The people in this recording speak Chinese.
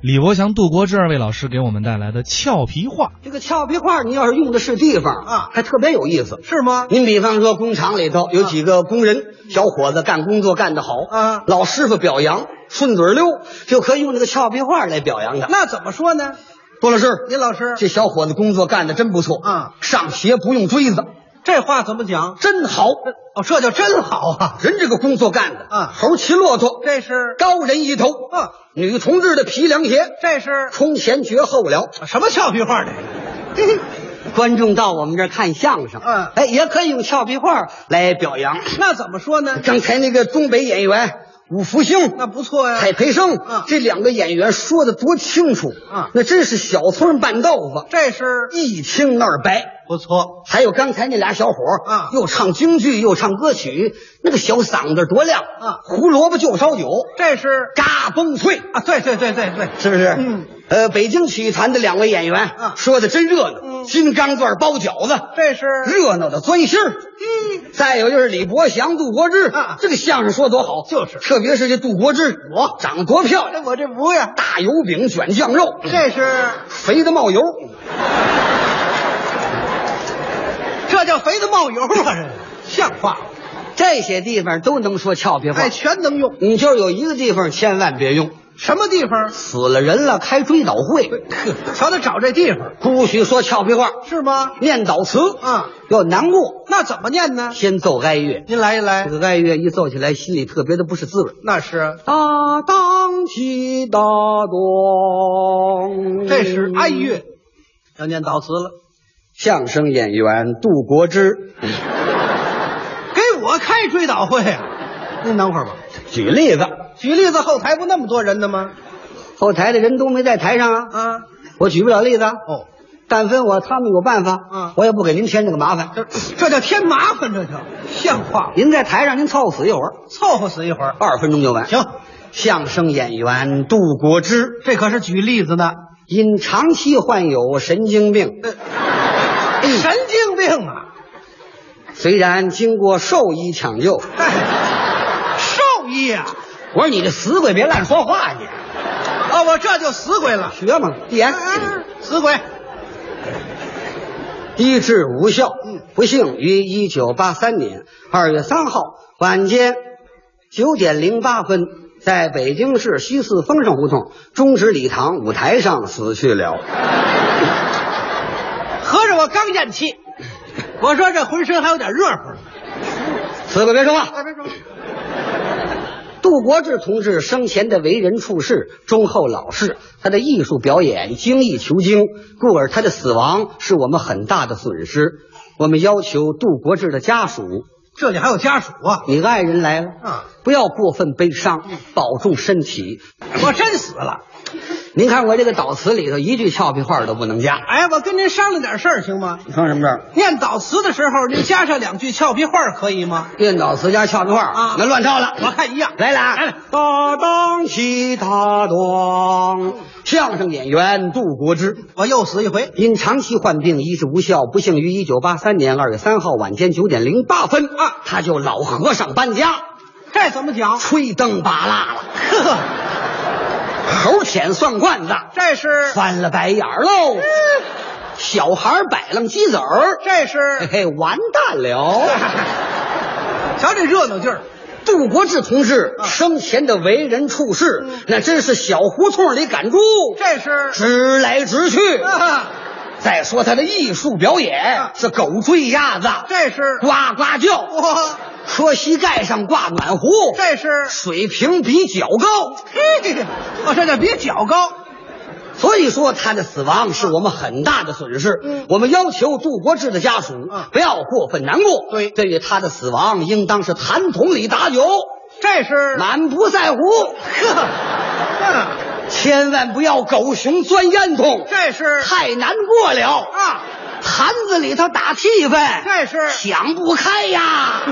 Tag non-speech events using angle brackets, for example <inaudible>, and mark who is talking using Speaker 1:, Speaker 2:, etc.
Speaker 1: 李国祥、杜国志二位老师给我们带来的俏皮话。
Speaker 2: 这个俏皮话，你要是用的是地方
Speaker 3: 啊
Speaker 2: 还特别有意思。
Speaker 3: 是吗？
Speaker 2: 您比方说，工厂里头有几个工人小伙子干工作干得好
Speaker 3: 啊
Speaker 2: 老师傅表扬，顺嘴溜，就可以用这个俏皮话来表扬他。
Speaker 3: 那怎么说呢？
Speaker 2: 多老师，
Speaker 3: 林老师，
Speaker 2: 这小伙子工作干得真不错
Speaker 3: 啊，
Speaker 2: 上学不用锥子，
Speaker 3: 这话怎么讲？
Speaker 2: 真好。
Speaker 3: 哦，这叫真好啊！
Speaker 2: 人这个工作干的
Speaker 3: 啊
Speaker 2: 猴骑骆驼，
Speaker 3: 这是
Speaker 2: 高人一头
Speaker 3: 啊，
Speaker 2: 女同志的皮凉鞋，
Speaker 3: 这是
Speaker 2: 冲前绝后了。
Speaker 3: 什么俏皮话？这个
Speaker 2: <laughs> 观众到我们这儿看相声，
Speaker 3: 嗯
Speaker 2: 哎，也可以用俏皮话来表扬。
Speaker 3: 那怎么说呢？
Speaker 2: 刚才那个东北演员武福星，
Speaker 3: 那不错呀。
Speaker 2: 海培生，
Speaker 3: 嗯
Speaker 2: 这两个演员说的多清楚
Speaker 3: 嗯
Speaker 2: 那真是小村半道子，
Speaker 3: 这是
Speaker 2: 一清二白。
Speaker 3: 不错，
Speaker 2: 还有刚才那俩小伙儿
Speaker 3: 嗯
Speaker 2: 又唱京剧又唱歌曲，那个小嗓子多亮
Speaker 3: 嗯
Speaker 2: 胡萝卜就烧酒，
Speaker 3: 这是
Speaker 2: 嘎嘣脆，
Speaker 3: 啊，对对对对对，
Speaker 2: 是不是？
Speaker 3: 嗯，
Speaker 2: 呃，北京曲艺团的两位演员
Speaker 3: 嗯
Speaker 2: 说的真热闹，
Speaker 3: 嗯
Speaker 2: 金刚钻包饺子，
Speaker 3: 这是
Speaker 2: 热闹的钻心儿。嗯，再有就是李伯祥、杜国志，
Speaker 3: 啊
Speaker 2: 这个相声说多好，
Speaker 3: 就是
Speaker 2: 特别是这杜国志，我长得多漂亮，
Speaker 3: 哎我这模样，
Speaker 2: 大油饼卷酱肉，
Speaker 3: 这是
Speaker 2: 肥的冒油。
Speaker 3: 这叫肥的冒油啊！这像话吗？
Speaker 2: 这些地方都能说俏皮话，
Speaker 3: 哎，全能用。
Speaker 2: 你就是有一个地方千万别用，
Speaker 3: 什么地方？
Speaker 2: 死了人了开追悼会，
Speaker 3: 瞧得找这地方
Speaker 2: 不许说俏皮话，
Speaker 3: 是吗？
Speaker 2: 念悼词
Speaker 3: 啊，
Speaker 2: 要难过，
Speaker 3: 那怎么念呢？
Speaker 2: 先奏哀乐。
Speaker 3: 您来一来
Speaker 2: 这，个哀乐一奏起来，心里特别的不是滋味。
Speaker 3: 那是
Speaker 2: 大当起大咚，
Speaker 3: 这是哀乐，
Speaker 2: 要念悼词了。相声演员杜国之，
Speaker 3: 给我开追悼会啊！您等会儿吧。
Speaker 2: 举例子，
Speaker 3: 举例子，后台不那么多人呢吗？
Speaker 2: 后台的人都没在台上啊，
Speaker 3: 啊，
Speaker 2: 我举不了例子啊。
Speaker 3: 哦，
Speaker 2: 但分我他们有办法，
Speaker 3: 嗯
Speaker 2: 我也不给您添这个麻烦。
Speaker 3: 这这叫添麻烦，这叫像话吗？
Speaker 2: 您在台上您凑合死一会儿，
Speaker 3: 凑合死一会儿。
Speaker 2: 二分钟就完。
Speaker 3: 行，
Speaker 2: 相声演员杜国之
Speaker 3: 这可是举例子呢。
Speaker 2: 因长期患有神经病，
Speaker 3: 神经病啊！
Speaker 2: 虽然经过兽医抢救，
Speaker 3: 哎，兽医啊！
Speaker 2: 我说你这死鬼别乱说话你，
Speaker 3: 哦，我这就死鬼了。
Speaker 2: 学嘛，闭
Speaker 3: 啊
Speaker 2: 眼。
Speaker 3: 死鬼，
Speaker 2: 医治无效，不幸于一九八三年二月三号晚间九点零八分，在北京市西四丰盛胡同中直礼堂舞台上死去了。
Speaker 3: 合着我刚咽气，我说这浑身还有点热乎呢。
Speaker 2: 死鬼别说话。
Speaker 3: 哎，别说了，
Speaker 2: 杜国志同志生前的为人处事、忠厚老实，他的艺术表演精益求精，故而他的死亡是我们很大的损失。我们要求杜国志的家属，
Speaker 3: 这里还有家属啊！
Speaker 2: 你爱人来了，
Speaker 3: 啊，
Speaker 2: 不要过分悲伤，保重身体。
Speaker 3: 我真死了。
Speaker 2: 您看我这个悼词里头一句俏皮话都不能加。
Speaker 3: 哎，我跟您商量点事儿行吗？
Speaker 2: 你说什么事儿？
Speaker 3: 念悼词的时候，您加上两句俏皮话可以吗？
Speaker 2: 念悼词加俏皮话
Speaker 3: 啊
Speaker 2: 那乱套了。
Speaker 3: 我看一样。
Speaker 2: 来了啊！
Speaker 3: 来了
Speaker 2: 大当其大当，相声演员杜国之。
Speaker 3: 我又死一回。
Speaker 2: 因长期患病医治无效，不幸于一九八三年二月三号晚间九点零八分
Speaker 3: 啊
Speaker 2: 他就老和尚搬家，
Speaker 3: 这怎么讲？
Speaker 2: 吹灯拔蜡了， <laughs>
Speaker 3: 呵，
Speaker 2: 猴舔蒜罐子，
Speaker 3: 这是
Speaker 2: 翻了白眼儿喽，小孩摆楞鸡子儿，
Speaker 3: 这
Speaker 2: 嘿
Speaker 3: 是，
Speaker 2: 嘿，完蛋了。
Speaker 3: <laughs> 瞧这热闹劲儿，
Speaker 2: 杜国志同志
Speaker 3: 啊
Speaker 2: 生前的为人处事，那真是小胡同里赶猪，
Speaker 3: 嗯这是
Speaker 2: 直来直去。
Speaker 3: 啊，
Speaker 2: 再说他的艺术表演
Speaker 3: 啊
Speaker 2: 是狗追鸭子，
Speaker 3: 这是
Speaker 2: 呱呱叫，
Speaker 3: 哇，
Speaker 2: 车膝盖上挂暖壶，
Speaker 3: 这是
Speaker 2: 水平比脚高。
Speaker 3: 嘿，哦，这叫比脚高。
Speaker 2: 所以说，他的死亡是我们很大的损失。
Speaker 3: 嗯
Speaker 2: 我们要求杜国志的家属
Speaker 3: 啊
Speaker 2: 不要过分难过。
Speaker 3: 对
Speaker 2: 对于他的死亡，应当是谈桶里打酒，
Speaker 3: 这是
Speaker 2: 满不在乎。
Speaker 3: 呵，
Speaker 2: 千万不要狗熊钻烟囱，
Speaker 3: 这是
Speaker 2: 太难过了。
Speaker 3: 啊，
Speaker 2: 坛子里头打气氛，
Speaker 3: 这是
Speaker 2: 想不开呀。